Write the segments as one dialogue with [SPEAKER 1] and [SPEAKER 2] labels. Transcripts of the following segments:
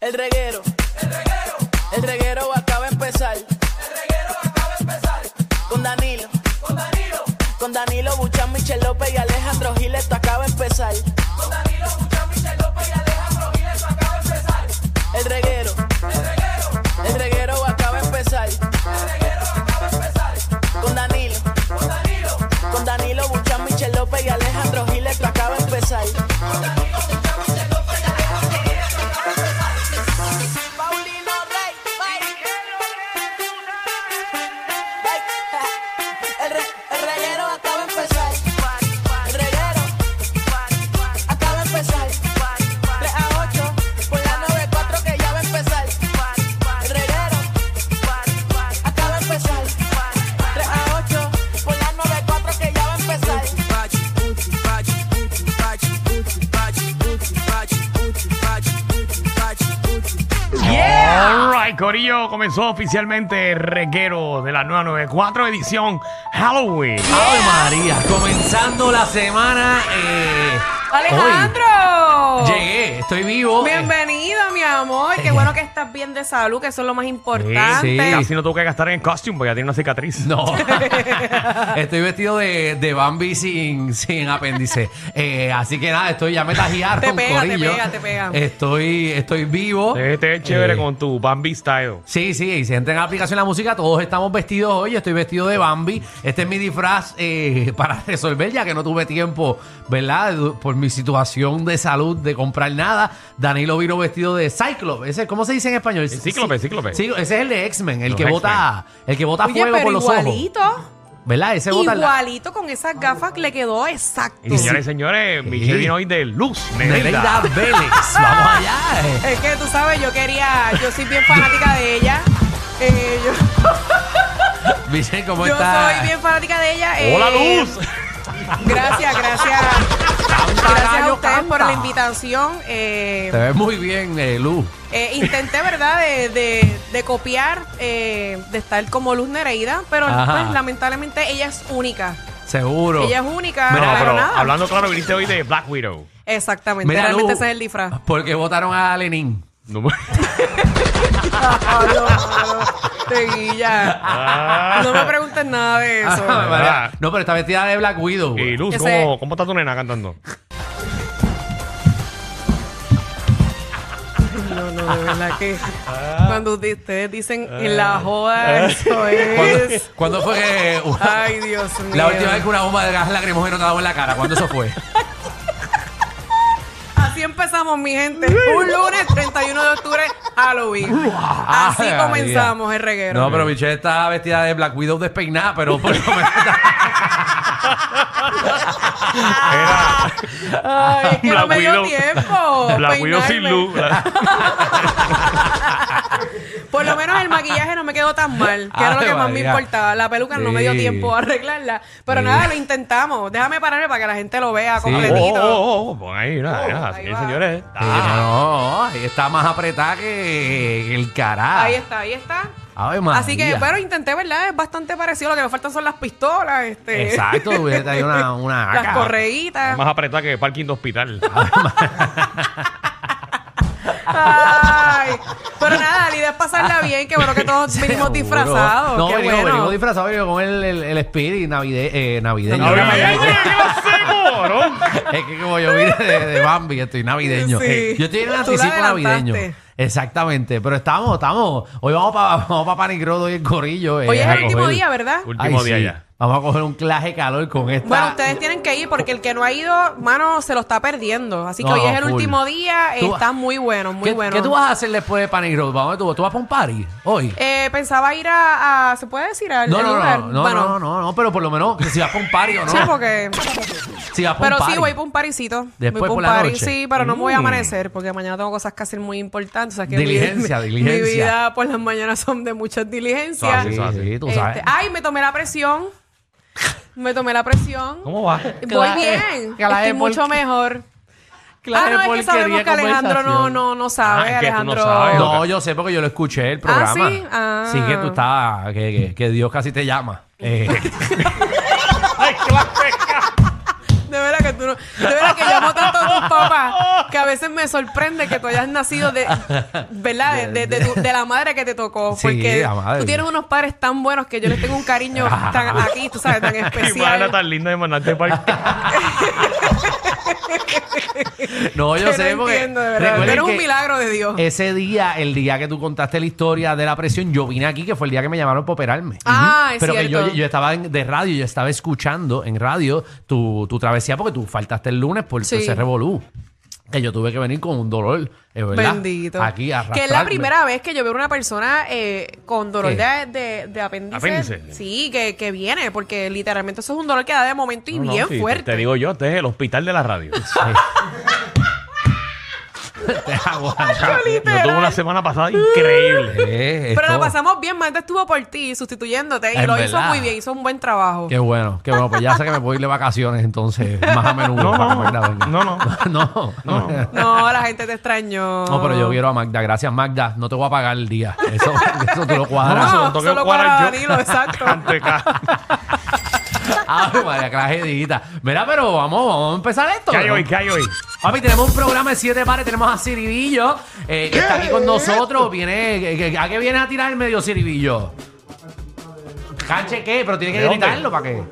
[SPEAKER 1] El reguero. El reguero. El reguero acaba de empezar. El reguero acaba de empezar. Con Danilo. Con Danilo. Con Danilo Buchan, Michel López y Alejandro Giles, esto acaba de empezar. Con Danilo Buchan, Michel López y Alejandro Giles, esto acaba de empezar. El reguero. El reguero. El reguero acaba de empezar. El reguero acaba de empezar. Con Danilo. Con Danilo. Con Danilo Buchan, Michel López y Alejandro Giles, esto acaba de empezar. Paulino Rey, El, re, el reguero acaba de empezar. El reguero acaba de empezar. 3 a 8 por la 94 que ya va a empezar. El reguero acaba de empezar. 3 a 8 por la 94 que ya va a empezar.
[SPEAKER 2] All right, Corillo comenzó oficialmente Reguero de la 994 edición Halloween.
[SPEAKER 3] Ave María, comenzando la semana. eh,
[SPEAKER 4] Alejandro.
[SPEAKER 3] llegué, estoy vivo. Eh,
[SPEAKER 4] Bienvenido, mi amor. Qué bueno que estás bien de salud, que eso es lo más
[SPEAKER 3] Sí,
[SPEAKER 4] importante.
[SPEAKER 2] Casi no tuvo que gastar en costume porque ya tiene una cicatriz.
[SPEAKER 3] No, estoy vestido de, de Bambi sin, sin apéndice. Eh, así que nada, estoy ya me
[SPEAKER 4] Te
[SPEAKER 3] tajiaron,
[SPEAKER 4] pega, te
[SPEAKER 3] corillo.
[SPEAKER 4] pega, te pega.
[SPEAKER 3] Estoy, estoy vivo.
[SPEAKER 2] Te te ves Este chévere
[SPEAKER 3] Eh,
[SPEAKER 2] con tu Bambi style.
[SPEAKER 3] Sí, sí, y si entran en la aplicación de la música, todos estamos vestidos hoy. Estoy vestido de Bambi. Este es mi disfraz eh, para resolver, ya que no tuve tiempo, ¿verdad? Du- Por mi situación de salud, de comprar nada. Danilo vino vestido de Cyclops. Ese, ¿Cómo se dice en español?
[SPEAKER 2] Cíclope,
[SPEAKER 3] Sí,
[SPEAKER 2] cíclope.
[SPEAKER 3] sí, ese es el de X-Men, el,
[SPEAKER 2] Los
[SPEAKER 3] que bota, el que bota
[SPEAKER 4] Oye,
[SPEAKER 3] fuego
[SPEAKER 4] pero
[SPEAKER 3] por los
[SPEAKER 4] igualito,
[SPEAKER 3] ojos. ¿Verdad? Ese bota. la-
[SPEAKER 4] igualito con esas gafas que le quedó exacto.
[SPEAKER 2] Y señores y señores, Michelle vino hoy de luz.
[SPEAKER 3] Nereida
[SPEAKER 2] Nereida.
[SPEAKER 3] Vélez. Vamos allá. eh.
[SPEAKER 4] Es que tú sabes, yo quería, yo soy bien fanática de ella. Eh, yo
[SPEAKER 3] Michelle, ¿cómo
[SPEAKER 4] yo
[SPEAKER 3] está?
[SPEAKER 4] soy bien fanática de ella. eh,
[SPEAKER 2] ¡Hola, luz!
[SPEAKER 4] Gracias, gracias. Gracias a
[SPEAKER 3] gallo,
[SPEAKER 4] ustedes por
[SPEAKER 3] canta.
[SPEAKER 4] la invitación. eh,
[SPEAKER 3] Te ves muy bien, eh, Luz.
[SPEAKER 4] Eh, intenté, ¿verdad?, de, de- de copiar, eh, de estar como Luz Nereida, pero
[SPEAKER 3] Ajá. Oh.
[SPEAKER 4] pues, lamentablemente ella es única.
[SPEAKER 3] Seguro.
[SPEAKER 4] Ella es única.
[SPEAKER 2] No,
[SPEAKER 4] no le hago
[SPEAKER 2] pero
[SPEAKER 4] nada.
[SPEAKER 2] hablando claro, viniste hoy de Black Widow.
[SPEAKER 4] Exactamente,
[SPEAKER 3] Mira,
[SPEAKER 4] realmente
[SPEAKER 3] Luz,
[SPEAKER 4] ese es el disfraz.
[SPEAKER 3] Porque votaron a Lenin.
[SPEAKER 2] No me-
[SPEAKER 4] Ah, no, ah, no, te guilla.
[SPEAKER 2] Ah.
[SPEAKER 4] No me preguntes nada de
[SPEAKER 3] Ah,
[SPEAKER 4] eso.
[SPEAKER 3] María.
[SPEAKER 2] ¿verdad?
[SPEAKER 3] No, pero está vestida de Black Widow.
[SPEAKER 2] Y Luz,
[SPEAKER 4] Ese-
[SPEAKER 2] ¿cómo, ¿cómo está tu nena cantando?
[SPEAKER 4] No, no, de verdad que
[SPEAKER 3] Ah.
[SPEAKER 4] cuando di- ustedes dicen en la joda, eso
[SPEAKER 3] ¿Cuándo,
[SPEAKER 4] es.
[SPEAKER 3] cuándo fue que una-
[SPEAKER 4] Ay, Dios mío.
[SPEAKER 3] la última vez que una bomba de gas lacrimógeno te daba en la cara? ¿Cuándo eso fue?
[SPEAKER 4] Así empezamos, mi gente. Un lunes 31 de octubre, Halloween. Así
[SPEAKER 3] Ay,
[SPEAKER 4] comenzamos
[SPEAKER 3] María.
[SPEAKER 4] el reguero.
[SPEAKER 3] No, pero Michelle está vestida de Black Widow despeinada, pero por lo menos
[SPEAKER 2] Era
[SPEAKER 4] Ay, es Ah, que
[SPEAKER 2] Black
[SPEAKER 4] no me dio
[SPEAKER 2] Widow.
[SPEAKER 4] tiempo.
[SPEAKER 2] Black Widow sin
[SPEAKER 4] peinarme.
[SPEAKER 2] luz.
[SPEAKER 4] Por lo menos el maquillaje no me quedó tan mal, que era lo
[SPEAKER 3] Ay,
[SPEAKER 4] que más me
[SPEAKER 3] María.
[SPEAKER 4] importaba. La peluca no me dio
[SPEAKER 3] Ah, Sí.
[SPEAKER 4] tiempo a arreglarla. Pero
[SPEAKER 3] Sí.
[SPEAKER 4] nada, lo intentamos. Déjame pararme para que la gente lo vea completito.
[SPEAKER 2] Oh, oh, oh, pon ahí, nada, nada,
[SPEAKER 4] ahí
[SPEAKER 2] señores,
[SPEAKER 4] va. Ah.
[SPEAKER 2] señores.
[SPEAKER 3] Sí, no, no, ahí está más apretada que el carajo.
[SPEAKER 4] Ahí está, ahí está.
[SPEAKER 3] Ave María.
[SPEAKER 4] Así que, bueno, intenté, ¿verdad? Es bastante parecido. Lo que me faltan son las pistolas, este.
[SPEAKER 3] Exacto, hubiera traído una, una
[SPEAKER 4] Las
[SPEAKER 3] AK.
[SPEAKER 4] correguitas.
[SPEAKER 2] Más apretada que parking de hospital. Ah,
[SPEAKER 4] Ay, pero nada, la idea es pasarla bien, que bueno que todos
[SPEAKER 3] Seguro.
[SPEAKER 4] venimos disfrazados.
[SPEAKER 3] No,
[SPEAKER 4] qué
[SPEAKER 3] venimos,
[SPEAKER 4] bueno.
[SPEAKER 3] venimos disfrazados venimos con el, el, el espíritu navide- eh, navideño.
[SPEAKER 2] ¡Abre
[SPEAKER 4] Navideño.
[SPEAKER 2] para allá, ¿Qué hacemos, no?
[SPEAKER 3] Es que como yo vine de, de Bambi, estoy navideño. Eh,
[SPEAKER 4] Sí.
[SPEAKER 3] Yo estoy en
[SPEAKER 4] Tú la
[SPEAKER 3] anticipo
[SPEAKER 4] adelantaste.
[SPEAKER 3] navideño. Exactamente, pero estamos, estamos. Hoy vamos para vamos pa Panic Road, hoy en Corrillo. eh,
[SPEAKER 4] Hoy es
[SPEAKER 3] a
[SPEAKER 4] el último
[SPEAKER 3] coger-
[SPEAKER 4] día, ¿verdad?
[SPEAKER 3] Ay,
[SPEAKER 2] Último día
[SPEAKER 3] sí.
[SPEAKER 2] ya.
[SPEAKER 3] Vamos a coger un claje calor con esta.
[SPEAKER 4] Bueno, ustedes tienen que ir porque el que no ha ido, mano, se lo está perdiendo. Así que
[SPEAKER 3] No,
[SPEAKER 4] hoy es el
[SPEAKER 3] full.
[SPEAKER 4] último día, eh,
[SPEAKER 3] Tú-
[SPEAKER 4] está muy bueno, muy
[SPEAKER 3] ¿Qué,
[SPEAKER 4] bueno.
[SPEAKER 3] ¿Qué tú vas a hacer después de Panic Road? Vamos, ¿Tú, tú vas para un party hoy?
[SPEAKER 4] Eh, pensaba ir a, a- ¿se puede decir? Al
[SPEAKER 3] no,
[SPEAKER 4] al
[SPEAKER 3] no,
[SPEAKER 4] lugar.
[SPEAKER 3] no, no,
[SPEAKER 4] Bueno,
[SPEAKER 3] no, no, no, pero por lo menos que si vas para un party o no.
[SPEAKER 4] sí, porque...
[SPEAKER 3] Si vas para
[SPEAKER 4] Pero
[SPEAKER 3] un party.
[SPEAKER 4] sí, voy para un paricito.
[SPEAKER 3] Después
[SPEAKER 4] voy para
[SPEAKER 3] por
[SPEAKER 4] un
[SPEAKER 3] la
[SPEAKER 4] party,
[SPEAKER 3] noche.
[SPEAKER 4] sí, pero no me voy a
[SPEAKER 2] Mm.
[SPEAKER 4] amanecer porque mañana tengo cosas que hacer muy importantes. O sea, que
[SPEAKER 3] Diligencia,
[SPEAKER 4] mi,
[SPEAKER 3] diligencia.
[SPEAKER 4] Mi vida por las mañanas son de muchas
[SPEAKER 2] Eso
[SPEAKER 4] diligencias.
[SPEAKER 2] así, eso así.
[SPEAKER 3] Sí, sí, tú
[SPEAKER 4] Este,
[SPEAKER 3] sabes.
[SPEAKER 4] ay, me tomé la presión. Me tomé la presión.
[SPEAKER 2] ¿Cómo va?
[SPEAKER 4] Voy
[SPEAKER 3] Clase-
[SPEAKER 4] bien.
[SPEAKER 3] clase
[SPEAKER 4] Estoy
[SPEAKER 3] de por-
[SPEAKER 4] mucho mejor.
[SPEAKER 3] clase
[SPEAKER 4] ah, no,
[SPEAKER 3] de
[SPEAKER 4] es que sabemos que
[SPEAKER 3] porquería
[SPEAKER 4] Alejandro no,
[SPEAKER 3] conversación.
[SPEAKER 4] no, no sabe.
[SPEAKER 2] Ah, es que tú no
[SPEAKER 4] Alejandro.
[SPEAKER 2] sabes.
[SPEAKER 3] No, yo sé porque yo lo escuché el programa.
[SPEAKER 4] Ah, ¿sí? Ah.
[SPEAKER 3] que tú estás, que, que- que Dios casi te llama. Eh,
[SPEAKER 2] ¡Ay, qué la pesca!
[SPEAKER 4] De verdad que tú no. cabrón. De verdad que yo amo tanto a tus papás que a veces me sorprende que tú hayas nacido de, ¿verdad? De, de- de tu- de la madre que te tocó.
[SPEAKER 3] Sí,
[SPEAKER 4] Porque
[SPEAKER 3] la madre.
[SPEAKER 4] tú tienes unos padres tan buenos que yo les tengo un cariño tan aquí, tú sabes, tan
[SPEAKER 2] Y para
[SPEAKER 4] especial.
[SPEAKER 2] tan linda de mandarte para
[SPEAKER 3] No, yo
[SPEAKER 4] que
[SPEAKER 3] sé,
[SPEAKER 4] no
[SPEAKER 3] porque.
[SPEAKER 4] entiendo, de verdad.
[SPEAKER 3] recuerden
[SPEAKER 4] Tú eres un
[SPEAKER 3] que
[SPEAKER 4] milagro de Dios.
[SPEAKER 3] Ese día, el día que tú contaste la historia de la presión, yo vine aquí, que fue el día que me llamaron para operarme.
[SPEAKER 4] Ah, es
[SPEAKER 3] Pero que yo,
[SPEAKER 4] cierto.
[SPEAKER 3] yo estaba en- de radio, yo estaba escuchando en radio tu, tu travesía, porque tú faltaste el lunes por
[SPEAKER 4] Sí.
[SPEAKER 3] ese revolú. Que yo tuve que venir con un dolor, es verdad.
[SPEAKER 4] Bendito.
[SPEAKER 3] Aquí arrastrarme.
[SPEAKER 4] Que es la primera vez que yo veo una persona eh, con dolor
[SPEAKER 3] ¿Qué?
[SPEAKER 4] de, de, de apéndice.
[SPEAKER 2] Apéndice.
[SPEAKER 4] Sí, que, que viene, porque literalmente eso es un dolor que da de momento y
[SPEAKER 2] No, no,
[SPEAKER 4] bien
[SPEAKER 2] sí, te-
[SPEAKER 4] fuerte.
[SPEAKER 2] Te digo yo, este es el hospital de la radio.
[SPEAKER 3] Te aguanta.
[SPEAKER 2] Yo tuve una semana pasada increíble.
[SPEAKER 3] Eh,
[SPEAKER 4] Pero
[SPEAKER 3] esto-
[SPEAKER 4] lo pasamos bien, Marta estuvo por ti sustituyéndote y
[SPEAKER 3] Es
[SPEAKER 4] lo hizo
[SPEAKER 3] verdad.
[SPEAKER 4] muy bien, hizo un buen trabajo.
[SPEAKER 3] Qué bueno, qué bueno. Pues ya sé que me puedo ir de vacaciones entonces, más a menudo.
[SPEAKER 2] No, no,
[SPEAKER 3] para que Magda venga.
[SPEAKER 2] no, no.
[SPEAKER 3] no, no.
[SPEAKER 2] No.
[SPEAKER 4] No, la gente te extrañó.
[SPEAKER 3] No, pero yo quiero a Magda. Gracias, Magda. No te voy a pagar el día. Eso, eso tú lo cuadras.
[SPEAKER 2] se
[SPEAKER 4] No,
[SPEAKER 2] lo tengo que
[SPEAKER 4] solo
[SPEAKER 2] cuadrar
[SPEAKER 4] para
[SPEAKER 2] yo.
[SPEAKER 4] Danilo, exacto.
[SPEAKER 2] Ante ca-
[SPEAKER 3] Ay, María Clajedita. Mira, pero vamos, vamos a empezar esto.
[SPEAKER 2] ¿Qué hay
[SPEAKER 3] ¿no?
[SPEAKER 2] hoy? ¿Qué hay hoy?
[SPEAKER 3] Papi, tenemos un programa de siete pares. Tenemos a Ciribillo, eh, que está aquí con nosotros. Viene, ¿A qué vienes a tirar el medio Ciribillo? ¿Canche qué? Pero tiene
[SPEAKER 2] ¿De
[SPEAKER 3] que
[SPEAKER 2] dónde?
[SPEAKER 3] gritarlo, ¿para qué?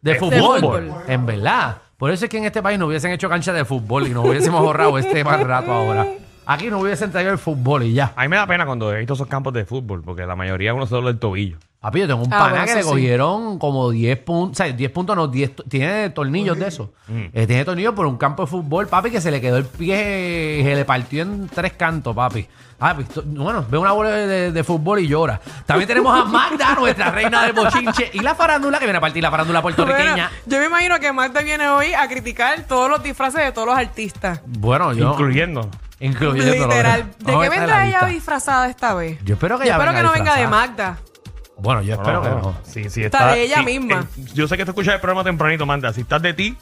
[SPEAKER 3] De
[SPEAKER 4] fútbol.
[SPEAKER 3] fútbol. En verdad. Por eso es que en este país no hubiesen hecho cancha de fútbol y nos hubiésemos ahorrado este mal rato ahora. Aquí no hubiesen traído el fútbol y ya.
[SPEAKER 2] A mí me da pena cuando he visto esos campos de fútbol, porque la mayoría uno solo el tobillo.
[SPEAKER 3] Papi, yo tengo un
[SPEAKER 4] Ah,
[SPEAKER 3] pana
[SPEAKER 4] bueno,
[SPEAKER 3] que
[SPEAKER 4] eso
[SPEAKER 3] le
[SPEAKER 4] sí.
[SPEAKER 3] cogieron como 10 puntos, o sea, 10 puntos no, 10, to- tiene tornillos de eso.
[SPEAKER 2] Mm.
[SPEAKER 3] Eh, tiene tornillos por un campo de fútbol, papi, que se le quedó el pie, se le partió en tres cantos, papi. Ah, pues, to- bueno, ve una bola de, de- de fútbol y llora. También tenemos a Magda, nuestra reina del bochinche, y la farándula que viene a partir, la farándula
[SPEAKER 4] Bueno,
[SPEAKER 3] puertorriqueña.
[SPEAKER 4] yo me imagino que Marta viene hoy a criticar todos los disfraces de todos los artistas.
[SPEAKER 3] Bueno, yo...
[SPEAKER 2] Incluyendo.
[SPEAKER 3] Incluyendo.
[SPEAKER 4] Literal. ¿De qué vendrá ella disfrazada esta vez?
[SPEAKER 3] Yo espero que
[SPEAKER 4] Yo
[SPEAKER 3] ella
[SPEAKER 4] espero
[SPEAKER 3] venga
[SPEAKER 4] que no venga de
[SPEAKER 3] disfrazada.
[SPEAKER 4] Magda.
[SPEAKER 3] Bueno, yo espero que no.
[SPEAKER 2] eh, Sí, sí,
[SPEAKER 4] Está de ella misma.
[SPEAKER 2] eh, yo sé que te escuchas el programa tempranito, manda. Si estás de ti,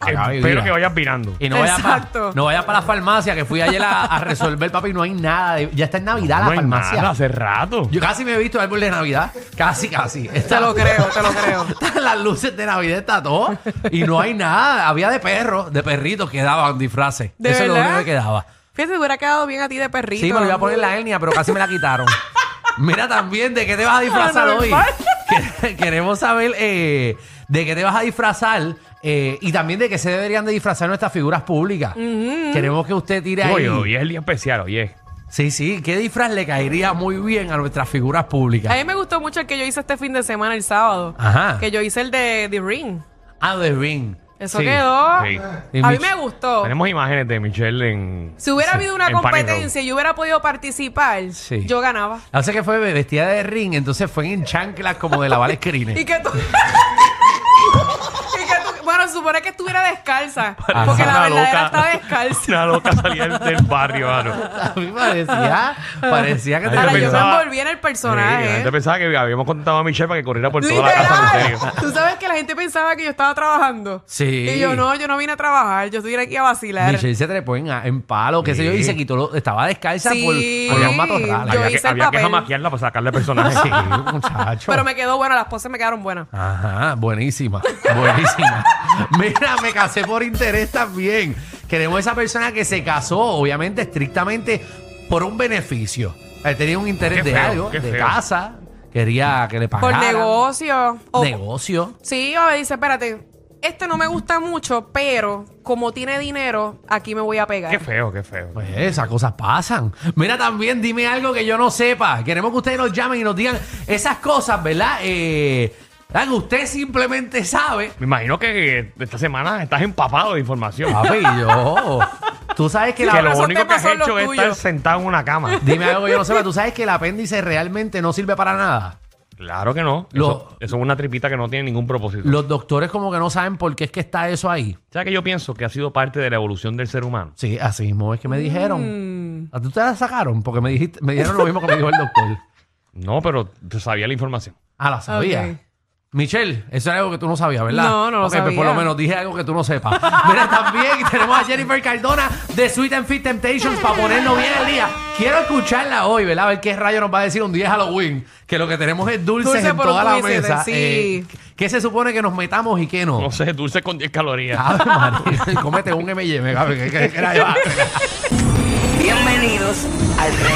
[SPEAKER 3] Acaba de
[SPEAKER 2] espero
[SPEAKER 3] ir.
[SPEAKER 2] que vayas virando.
[SPEAKER 3] Y no vayas para
[SPEAKER 4] Exacto.
[SPEAKER 3] no vaya pa la farmacia, que fui ayer a, a resolver, papi, no hay nada. de- ya está en Navidad
[SPEAKER 2] No
[SPEAKER 3] la
[SPEAKER 2] hay
[SPEAKER 3] farmacia.
[SPEAKER 2] nada, hace rato.
[SPEAKER 3] Yo casi me he visto árbol de Navidad. Casi, casi. Este
[SPEAKER 4] Te lo creo, te lo creo.
[SPEAKER 3] Están las luces de Navidad, está todo. Y no hay nada. Había de perros, de perritos que daban disfraces.
[SPEAKER 4] ¿De
[SPEAKER 3] Eso es lo
[SPEAKER 4] verdad?
[SPEAKER 3] único que quedaba.
[SPEAKER 4] Fíjate, te hubiera quedado bien a ti de perrito.
[SPEAKER 3] Sí, me lo iba a poner en la hernia, pero casi me la quitaron. Mira también, ¿de qué te vas a disfrazar hoy?
[SPEAKER 4] Anormal.
[SPEAKER 3] Que- Queremos saber eh, de qué te vas a disfrazar eh, y también de qué se deberían de disfrazar nuestras figuras públicas. Queremos que usted tire ahí.
[SPEAKER 2] Oye, hoy es el día especial, oye.
[SPEAKER 3] Sí, sí, ¿qué disfraz le caería muy bien a nuestras figuras públicas?
[SPEAKER 4] A mí me gustó mucho el que yo hice este fin de semana, el sábado.
[SPEAKER 3] Ajá.
[SPEAKER 4] Que yo hice el de The Ring.
[SPEAKER 3] Ah, The Ring.
[SPEAKER 4] Eso
[SPEAKER 3] Sí.
[SPEAKER 4] quedó.
[SPEAKER 2] Sí.
[SPEAKER 3] Y
[SPEAKER 4] A mí
[SPEAKER 3] Mich-
[SPEAKER 4] me gustó.
[SPEAKER 2] Tenemos imágenes de Michelle en.
[SPEAKER 4] Si hubiera habido una
[SPEAKER 2] en Pan y Roll.
[SPEAKER 4] competencia y yo hubiera podido participar,
[SPEAKER 3] Sí.
[SPEAKER 4] yo ganaba.
[SPEAKER 3] O sea que fue vestida de ring, entonces fue en chanclas como de lavar
[SPEAKER 4] Y
[SPEAKER 3] escrines.
[SPEAKER 4] que tú. y que tú- Bueno, se supone que estuviera descalza.
[SPEAKER 3] Parece
[SPEAKER 4] Porque la
[SPEAKER 2] una
[SPEAKER 4] verdadera
[SPEAKER 2] loca.
[SPEAKER 4] estaba descalza.
[SPEAKER 2] Una loca salía del, del barrio, mano.
[SPEAKER 3] A mí parecía, parecía que te
[SPEAKER 4] Ahora yo me
[SPEAKER 2] pensaba-
[SPEAKER 4] envolví en el
[SPEAKER 2] Sí, la
[SPEAKER 4] personaje.
[SPEAKER 2] gente
[SPEAKER 4] ¿eh?
[SPEAKER 2] pensaba que habíamos contado a Michelle para que corriera por toda la casa en serio.
[SPEAKER 4] Literal. Tú sabes que la gente pensaba que yo estaba trabajando.
[SPEAKER 3] Sí.
[SPEAKER 4] Y yo no, yo no vine a trabajar. Yo estoy aquí a vacilar.
[SPEAKER 3] Michelle se trepó en, en palo, qué sé yo, y se quitó, lo- estaba descalza
[SPEAKER 4] Sí.
[SPEAKER 3] por, por un matorral.
[SPEAKER 4] Yo
[SPEAKER 2] había
[SPEAKER 4] hice
[SPEAKER 2] que,
[SPEAKER 4] el
[SPEAKER 2] había que
[SPEAKER 4] papel.
[SPEAKER 2] jamaquearla para sacarle personaje.
[SPEAKER 3] Sí, muchacho.
[SPEAKER 4] Pero me quedó bueno, las poses me quedaron buenas.
[SPEAKER 3] Ajá, buenísima, buenísima. Mira, me casé por interés también. Queremos esa persona que se casó, obviamente, estrictamente por un beneficio. Eh, Tenía un interés
[SPEAKER 2] Qué
[SPEAKER 3] de
[SPEAKER 2] feo,
[SPEAKER 3] algo,
[SPEAKER 2] qué
[SPEAKER 3] de
[SPEAKER 2] feo.
[SPEAKER 3] casa, quería que le
[SPEAKER 4] Por
[SPEAKER 3] pagaran.
[SPEAKER 4] negocio. O-
[SPEAKER 3] Negocio.
[SPEAKER 4] Sí, o dice, espérate, este no me gusta mucho, pero como tiene dinero, aquí me voy a pegar.
[SPEAKER 2] qué feo, qué feo.
[SPEAKER 3] Pues esas cosas pasan. Mira, también dime algo que yo no sepa. Queremos que ustedes nos llamen y nos digan esas cosas, ¿verdad? Eh, ah, que usted simplemente sabe.
[SPEAKER 2] Me imagino que esta semana estás empapado de información.
[SPEAKER 3] Papi, yo. Tú sabes que
[SPEAKER 2] que
[SPEAKER 3] la.
[SPEAKER 4] Claro,
[SPEAKER 2] lo
[SPEAKER 4] esos
[SPEAKER 2] único que
[SPEAKER 4] temas
[SPEAKER 2] has
[SPEAKER 4] son los
[SPEAKER 2] hecho es estar
[SPEAKER 4] tuyos.
[SPEAKER 2] sentado en una cama.
[SPEAKER 3] Dime algo que yo no sepa. Tú sabes que el apéndice realmente no sirve para nada.
[SPEAKER 2] Claro que no.
[SPEAKER 3] Lo-
[SPEAKER 2] Eso, eso es una tripita que no tiene ningún propósito.
[SPEAKER 3] Los doctores, como que no saben por qué es que está eso ahí.
[SPEAKER 2] ¿Sabes que yo pienso que ha sido parte de la evolución del ser humano?
[SPEAKER 3] Sí, así mismo es que me
[SPEAKER 2] Mm.
[SPEAKER 3] dijeron. ¿A tú te la sacaron? Porque me, dijiste, me dijeron lo mismo que me dijo el doctor.
[SPEAKER 2] No, pero te sabía la información.
[SPEAKER 3] Ah, la sabía.
[SPEAKER 4] Ok.
[SPEAKER 3] Michelle, eso era algo que tú no sabías, ¿verdad?
[SPEAKER 4] No, no lo
[SPEAKER 3] Ok, pues por
[SPEAKER 4] sabía.
[SPEAKER 3] lo menos dije algo que tú no sepas. Mira, también tenemos a Jennifer Cardona de Sweet and Fit Temptations para ponernos bien al día. Quiero escucharla hoy, ¿verdad? A ver qué rayo nos va a decir un día es Halloween. Que lo que tenemos es dulces
[SPEAKER 4] Dulce
[SPEAKER 3] en
[SPEAKER 4] por
[SPEAKER 3] toda
[SPEAKER 4] un
[SPEAKER 3] la
[SPEAKER 4] dulce,
[SPEAKER 3] mesa. Eh,
[SPEAKER 4] sí.
[SPEAKER 3] ¿Qué se supone que nos metamos y qué no?
[SPEAKER 2] No sé, dulce con 10 calorías.
[SPEAKER 3] Ave María, cómete un M&M, cabrón, que- que- que era yo.
[SPEAKER 1] Bienvenidos al